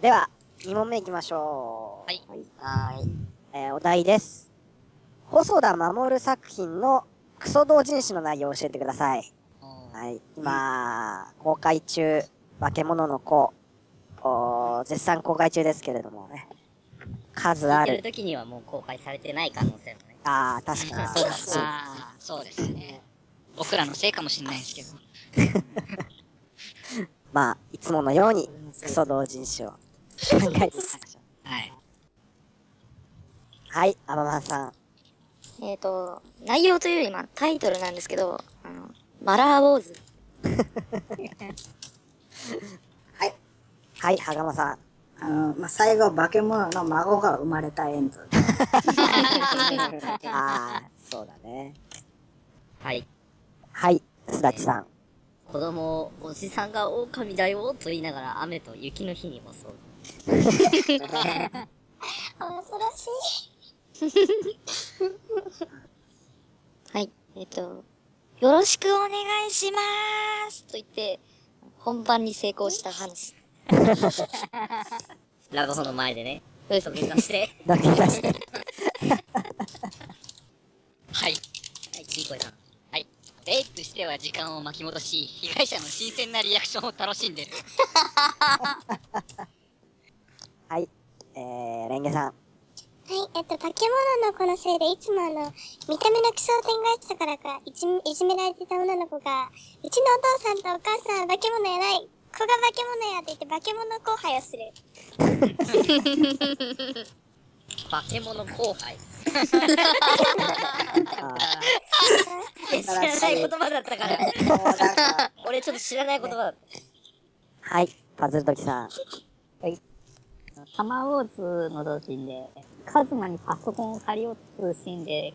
では、2問目行きましょう。はい。はーい。えーお題です。細田守作品のクソ同人誌の内容を教えてください。はい。今、公開中、化け物の子、おー絶賛公開中ですけれどもね。数聞あいてるる。時にはもう公開されてない可能性もね。ああ、確かにそうだし。ああ、そうですね。僕らのせいかもしれないですけど。まあ、いつものように、クソ同人誌を 考えてみましょう。はい。はい、アバマンさん。えっ、と、内容というより、まあ、タイトルなんですけど、あの、マラーウォーズ。はい、はがまさん。あの、まあ、最後、化け物の孫が生まれたエンズ。 ああ、そうだね。はい。はい、すだちさん。子供をおじさんが狼だよと言いながら雨と雪の日に襲う。 はい。えっ、と、よろしくお願いしまーすと言って、本番に成功した話。ラブホの前でね。そう飛ですねび出して。だけ出して。はい。はい、ちいこいさん。はい。レイプしては時間を巻き戻し、被害者の新鮮なリアクションを楽しんでる。はい、えー、レンゲさん。はい、えっと、化け物の子のせいで、いつもあの、見た目の気象点がしてたからか、いじめいじめられてた女の子が、うちのお父さんとお母さんは化け物やない、子が化け物やって言って化け物交配をする。化け物後輩。あえ知らない言葉だった から。もうなんか、俺ちょっと知らない言葉だっーはい、パズルときさん。サマーウォーズの同人で、カズマにパソコンを借りようとするシーンで、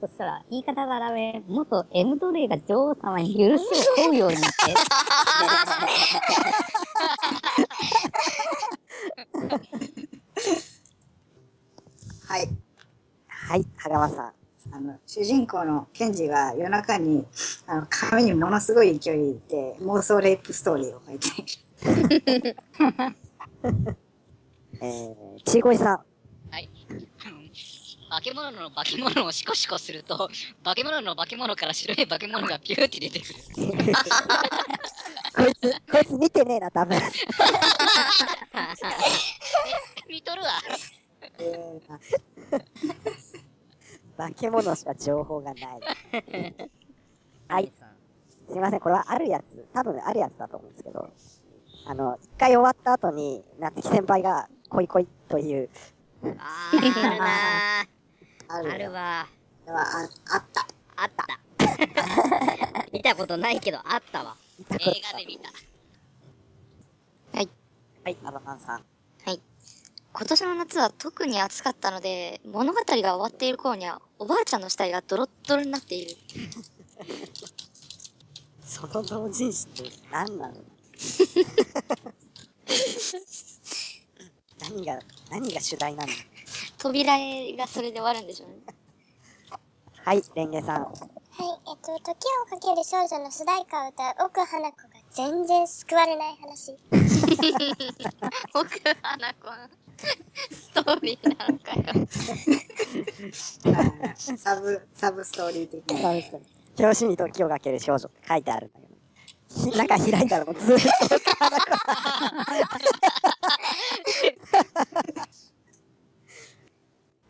そしたら、言い方が荒め、元エムドレイが女王様に許しを請うようになって、はい。はい、はがまさん。あの、主人公のケンジが夜中に、あの、髪にものすごい勢いで妄想レイプストーリーを書いて、 えー、ちいこいさん。はい。 化け物の化け物をシコシコすると、化け物の化け物から白い化け物がピューって出てくる。 こいつ、こいつ見てねえな、多分。見とるわ。えー化け物しか情報がない。た。はい。すいません、これはあるやつ、多分あるやつだと思うんですけど、あの、一回終わった後に、夏木先輩が、こいこいという、あー、 あるなあー。あるるよ。わではあ、あった。あった。 見たことないけど、あったわ。映画で見た。はい、アバマンさん。はい。今年の夏は特に暑かったので、物語が終わっている頃には、おばあちゃんの死体がドロッドロになっている。その同人誌って何なの何が、何が主題なの扉絵がそれで終わるんでしょうね。はい、レンゲさん。はい、えっと、時をかける少女の主題歌を歌う奥花子が全然救われない話。奥花子のストーリーなのかよ。あーサブ、サブストーリー的な。表紙に時をかける少女って書いてあるんだけど。ひ中開いたらもうずっと奥花子だ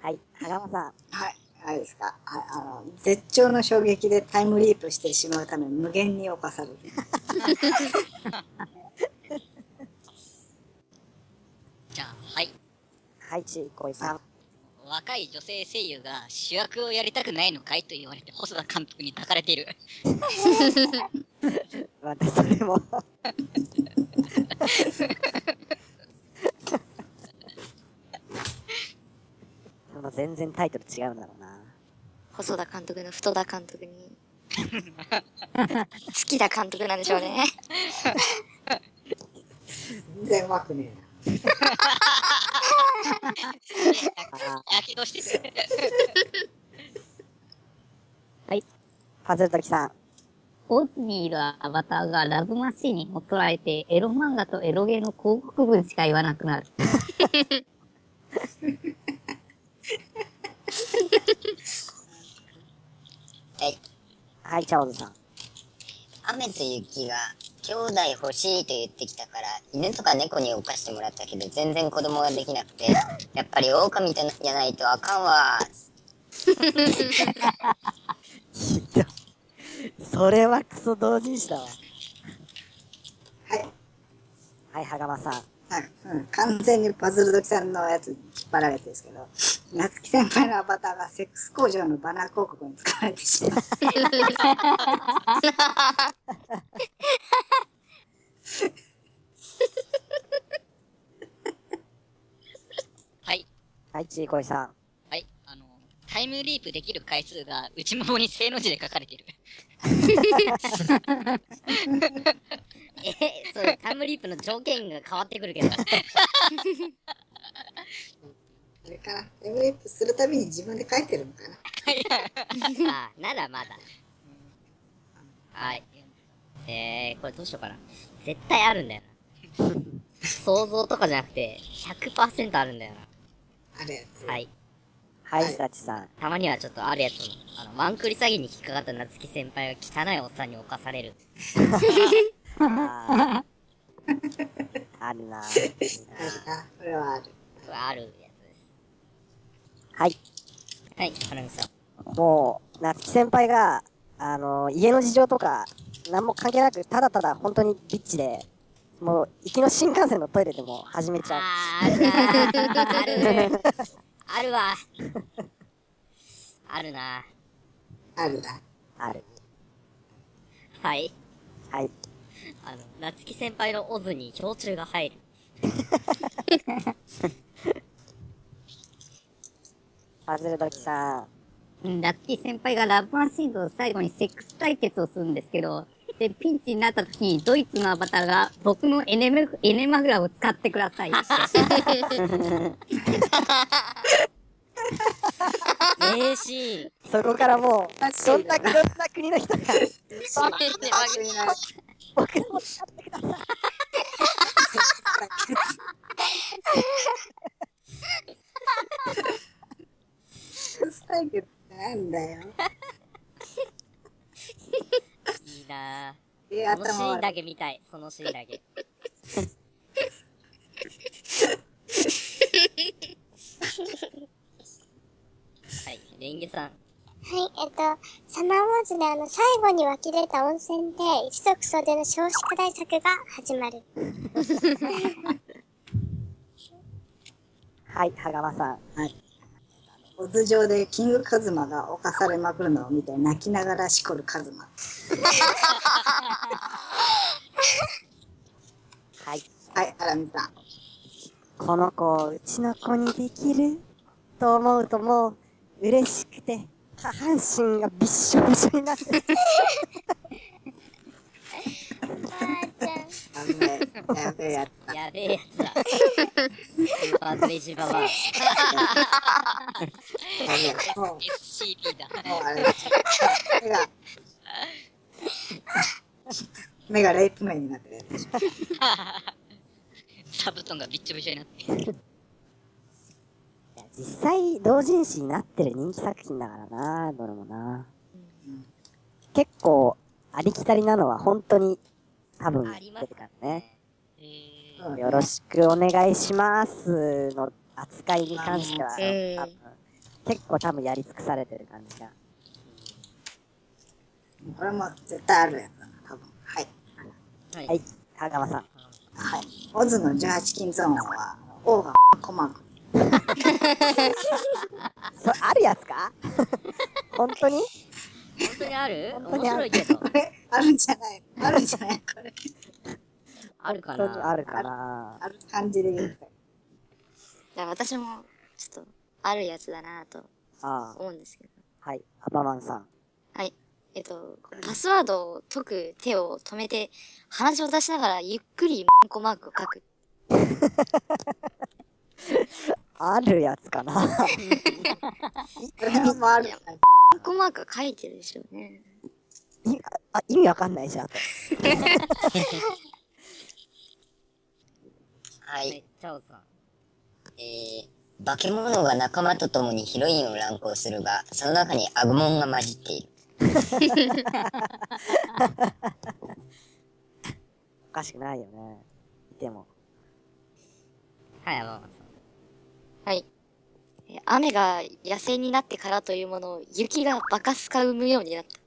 はい、はがまさん。はい。あれですかああの、絶頂の衝撃でタイムリープしてしまうため無限に侵される。じゃあ、はい。はい、ちいこいさん。若い女性声優が主役をやりたくないのかいと言われて細田監督に抱かれている。またそれも。でも全然タイトル違うんだろうな。細田監督の太田監督に。好きだ監督なんでしょうね。全然うまくねやけどしてる。パズルときさん。オズにいるアバターがラブマシーンに乗っ取られて、エロ漫画とエロゲーの広告文しか言わなくなる。はい、チャオズさん。雨と雪が兄弟欲しいと言ってきたから犬とか猫にお菓してもらったけど全然子供ができなくてやっぱり狼じゃないとあかんわひどい それはクソ同人誌だわ。はい。はい、はがまさん。はい、うん、完全にパズルドキさんのやつに引っ張られてですけど、夏木先輩のアバターがセックス工場のバナー広告に使われてし まう。はい。はい、ちいこいさん。はい。あの、タイムリープできる回数が内ももに正の字で書かれて る。え、そう、タイムリープの条件が変わってくるけど。あれかな、レベルアップするたびに自分で書いてるのかな。 あならまだ。はい。えー、これどうしようかな。絶対あるんだよな。想像とかじゃなくて、100%あるんだよあれやつ。な。はい。はい、はいすだちさん。たまにはちょっとあるやつも。あの、ワンクリ詐欺に引っかかった夏木先輩が汚いおっさんに侵される。あーあるなぁあるな、これはある。これあるやつです。はい。はい、花見さん。もう、夏木先輩が、あの、家の事情とか、何も関係なく、ただただ本当にビッチで、もう、行きの新幹線のトイレでも始めちゃう。あー、あるなー。ある。あるわ。あるなあるな。ある。ー。はい。はい。あの、夏木先輩のオズに氷柱が入る。パズルドキさん。うんラッキー先輩がラブマシーンと最後にセックス対決をするんですけど、で、ピンチになった時にドイツのアバターが僕のエネメエネマグラを使ってくださいって。名シーン。そこからもう、確どかんにな、どんな国の人が、僕も使ってください。最後ってなんだよ。いいなえ、ぁ。そのシ頭ーン悪い。だけ見たい。そのシーンだけ。はい、レンゲさん。はい、えっと、サマーウォーズであの、最後に湧き出た温泉で、一族総出の少子化対策が始まる。はい、はがまさん。オズ上でキングカズマが犯されまくるのを見て泣きながらしこるカズマ。はい。はい、アラミさん。この子をうちの子にできると思うともう嬉しくて下半身がびっしょびしょになってるあーちゃん。あぶねえやべえやつ。やべえやつだ。スーパークレイジーバ バア。やべえ。もう SCP だ。もうあれだ目が、 目がレイプ面になってる。サブトンがびっちょびちょになって。実際同人誌になってる人気作品だからなどれもな、結構ありきたりなのは本当に多分ありま出すてからねえうんよろしくお願いしますの扱いに関しては、うん多分結構多分やり尽くされてる感じがこれも絶対あるやつだな、多分。はい。ははい羽川さんはい。オズの18金ゾーンは、王がコマく。そあるやつか本当に本当にある当面にある白いけどこ。れ、あるんじゃないあるんじゃないこれ。あるか本当にあなるかなある感じで言だうから私も、ちょっと、あるやつだなぁとああ、思うんですけど。はい。アパマンさん。はい。えっと、パスワードを解く手を止めて、鼻血を出しながらゆっくりマンコマークを書く。あるやつかなこれもあるマンコマークは書いてるでしょうね。いあ意味わかんないじゃん。 はい。チャオさん。えー、化け物が仲間と共にヒロインを乱行するが、その中にアグモンが混じっている。 おかしくないよね。でも。はい、もう。はい。え雨が野生になってからというものを、雪がバカスカ生むようになった。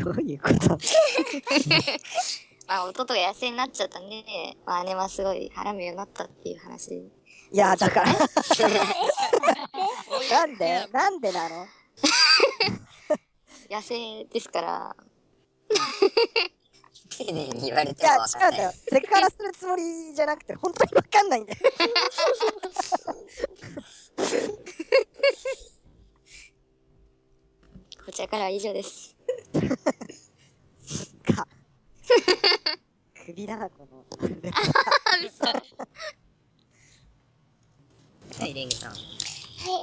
どういうことまあ、弟が野生になっちゃったんで、まあ、姉はすごい腹むようになったっていう話。いや、だから。なんでなんでなの野生ですから、丁寧に言われいてもや、わかん違うんなだよい。。セクハラするつもりじゃなくて、本当にわかんないんだよ。こちらからは以上です。 か。首だな、この。はい、レンゲさん。はい、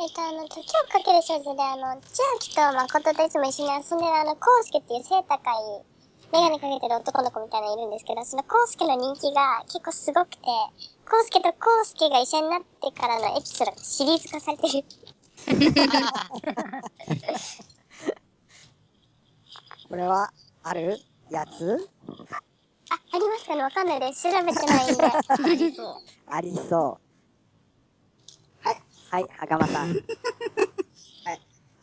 えっと、あの、時をかける少女で、あの、千秋と誠といつも一緒に遊んでる、あの、コウスケっていう背高い、メガネかけてる男の子みたいなのいるんですけど、そのコウスケの人気が結構すごくて、コウスケとコウスケが一緒になってからのエピソードがシリーズ化されてる。これは、あるやつあ、ありますかねわかんない です。調べてないんで。ありそう。はい。はい、袴さん。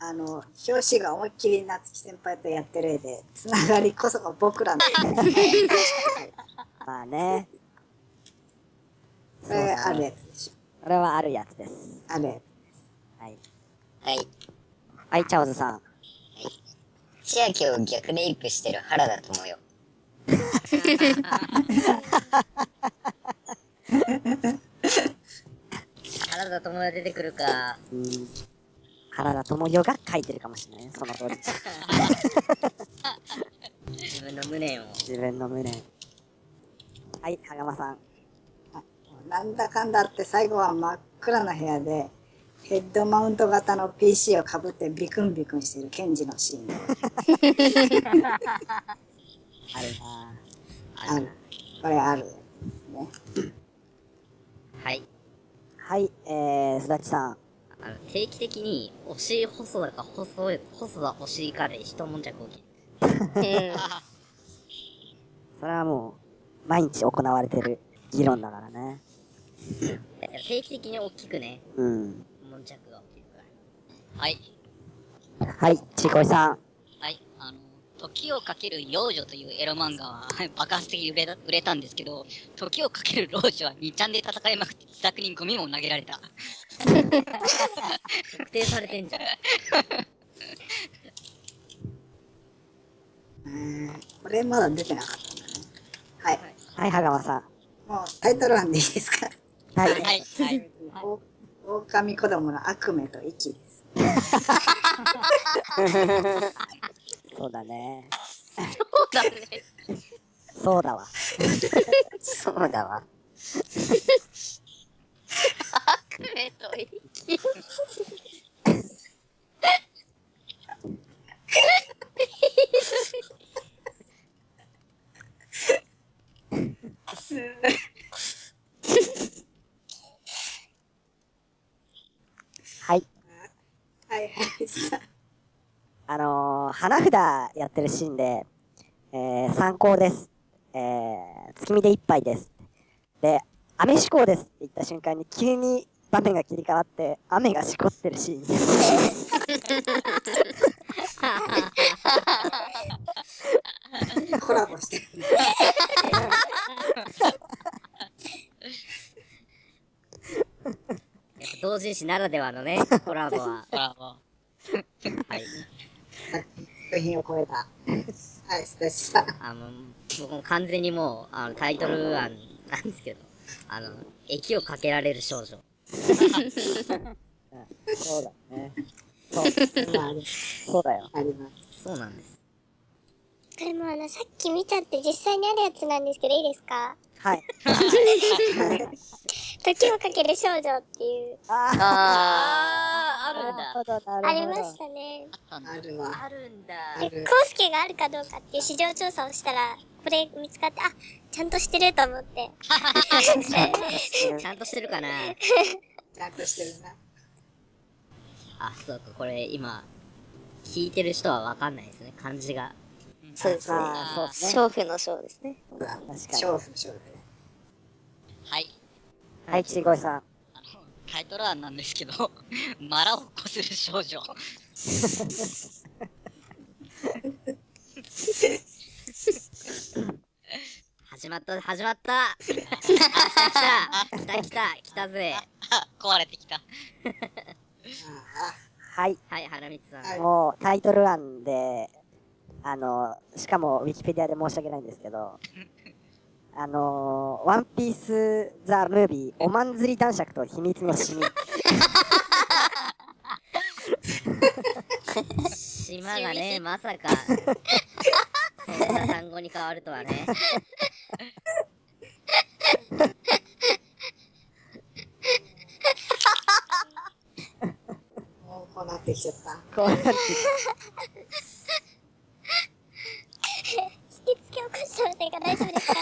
あの、表紙が思いっきり夏木先輩とやってる絵で、つながりこそが僕らの。まあね。これあるやつでしょ。これはあるやつです。あるやつ。はい。はい。はい、チャオズさん。千秋を逆レイプしてる原田智代。原田智代出てくるか。原田智代が書いてるかもしれないね。その通り。自分の無念を。自分の胸。はい、袴さん。なんだかんだって最後は真っ暗な部屋で、ヘッドマウント型の PC をかぶってビクンビクンしてるケンジのシーン。あるなある。これある。ね。はい。はい、えー、すだちさん。あの、定期的に、推し細田か細い、細田推しかで一悶着起きる。それはもう、毎日行われてる議論だからね。だから定期的に大きくね、うん。悶着が起きるから。はい。はい、ちいこいさん。はい。あの、時をかける幼女というエロ漫画は爆発的に売れた売れたんですけど、時をかける老女は2ちゃんで戦いまくって自宅にゴミも投げられた。特定されてんじゃん。うーんこれまだ出てなかったんだね。はい。はい、はがまさもうタイトル案でいいですかん。は。はいい。はい。お狼子供の悪夢と息です。そうだね。そうだね。そうだわ。そうだわ。 はい。はいはい。さあのー、花札やってるシーンで、えー、参考です。えー、月見で一杯です。で、雨志向ですって言った瞬間に急に場面が切り替わって、雨がしこってるシーン。あ コラボしてるね。やっぱ同人誌ならではのね、コラボ は。あもはい。作品を超えた。はい、スタジさん。あの、僕も完全にもう、あの、タイトル案なんですけど、あの、液をかけられる少女。そうだね。そう。まあありそうだよ。あります。そうなんです。これもあの、さっき見たって実際にあるやつなんですけど、いいですかはい。時をかける少女っていう。あああ。ああるんだ。ほど、なありましたね。あったんだあ。るわ。あるんだ。あで、るコウスケがあるかどうかっていう市場調査をしたら、これ見つかって、あ、ちゃんとしてると思って。ちゃんとしてるかなちゃんとしてるな。あ、そうか、これ今、聞いてる人はわかんないですね、漢字が。そうですね。あーそうですね。娼婦の娼ですね。うわ、確かに勝負勝負。はい。はい、ちごいさん。あの、タイトル案なんですけど、 マラを起こする少女。始まった、始まった来た来た来た来たぜあ、壊れてきた。はい。はい、原光さん。はいもう、タイトル案で、あの、しかも、ウィキペディアで申し訳ないんですけど、あの、ワンピース・ザ・ムービー、おまんずり男爵と秘密のシミ。島がね、ま さか、そんな単語に変わるとはね。もうこうなってきちゃった。こうなって、引きつけ起こしてませんか大丈夫ですか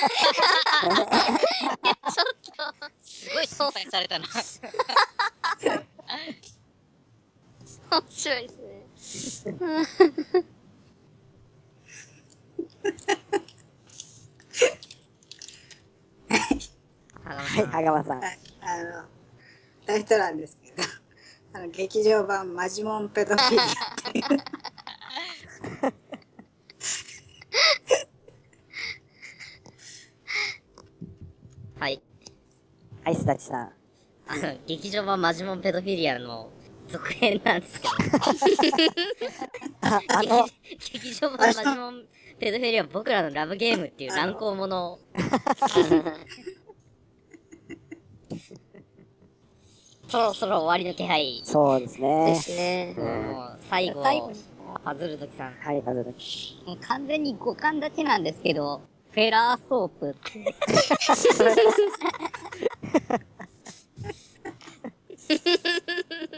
すごい操作されたな。面白いですね。は羽川い、さん。羽川さん。あの、タイトルなんですけど、あの、劇場版マジモンペドフィリアっていう。はい。はい、すだちさん。あの、 劇場版マジモンペドフィリアの続編なんですけど。あ、あの、劇場版マジモンペドフィリア僕らのラブゲームっていう乱行もの を。そろそろ終わりの気配。そうですでね。すね。もう最後、最後にパズル時さん。はい、はずれ。もう完全に五感だけなんですけど、フェラーソープ。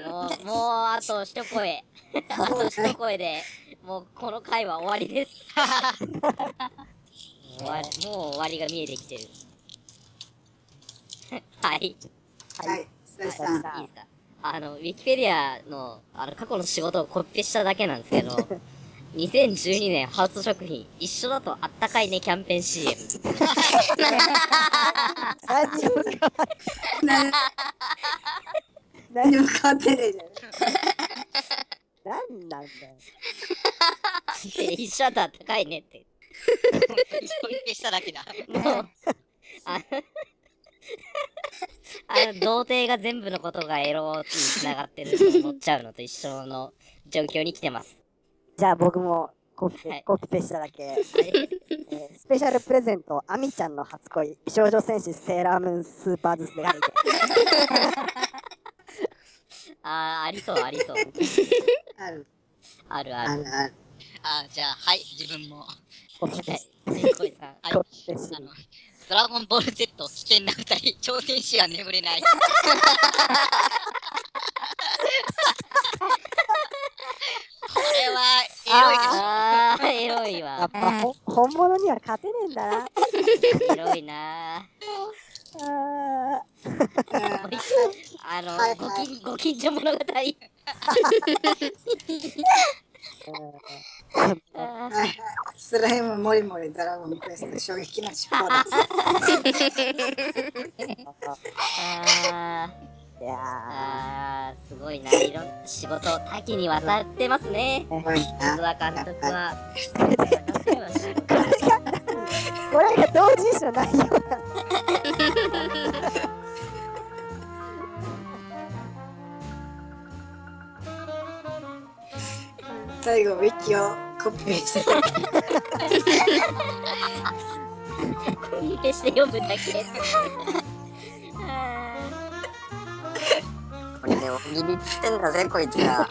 もう、もうあと一声。あと一声で、もうこの回は終わりです。 終わりもう終わりが見えてきてる。はい。いいではい、須田さん。すか。あの、ウィキペディアの、あの、過去の仕事をコピペしただけなんですけど、2012年ハウス食品、一緒だとあったかいねキャンペーン CM。 何にも変わっ何何にも変わってねえじゃん。何なんだよ。で一緒だとあったかいねって。一本消しただけだ。もう、あの、あの童貞が全部のことがエロに繋がってると思っちゃうのと一緒の状況に来てます。じゃあ僕もコピはペい、コピペしただけ。えースペシャルプレゼント、アミちゃんの初恋、少女戦士セーラームーンスーパーズスで書いて。あー、ありそう、ありそう。ある、あるあある。る、ある。あ、じゃあ、はい、自分も。コピペ、はいこいさんはい。コピペしあの、ドラゴンボール Z 危険な二人、挑戦士が眠れない。これは、エロいでしょ。あー、エロいやっわ。ぱほ本物には勝てねえんだな。 エロいなあー。あの、はいごはい近ご近所物語。スライムもりもりドラゴンクエスト衝撃の尻尾だ。あー、ーいやあーすごいな。いろん仕事、多岐にわたってますね。怖い津な。田監督は。ー、これが同人誌の内容なんだ最後、ウィキをコピーしてた。見てして読むだけ。これで大喜利っつってんだぜこいつら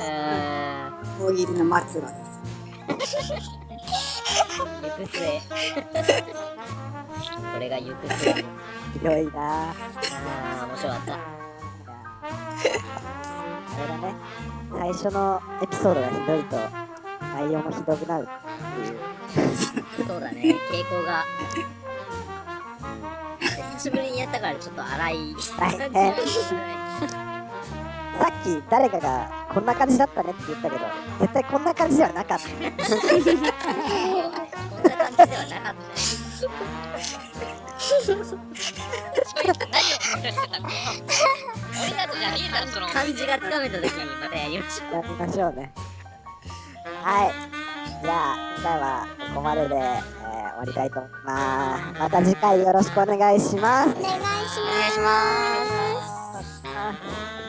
あ大喜利の末路です。ー行く末。これが行く末。ひどいな。あー面白かった。それがね、最初のエピソードがひどいと、内容もひどくなるっていう。そうだね、傾向が。久しぶりにやったからちょっと荒い感じがはい はいさっき誰かがこんな感じだったねって言ったけど、絶対こんな感じではな かった。こんな感じではなかった。俺らとじゃねえだろ、その。 感じがつかめた時にまたやりましょう。やりましょうね。はい。じゃあ、今回はここまでで、えー終わりたいと思います。また次回よろしくお願いします。お願いします。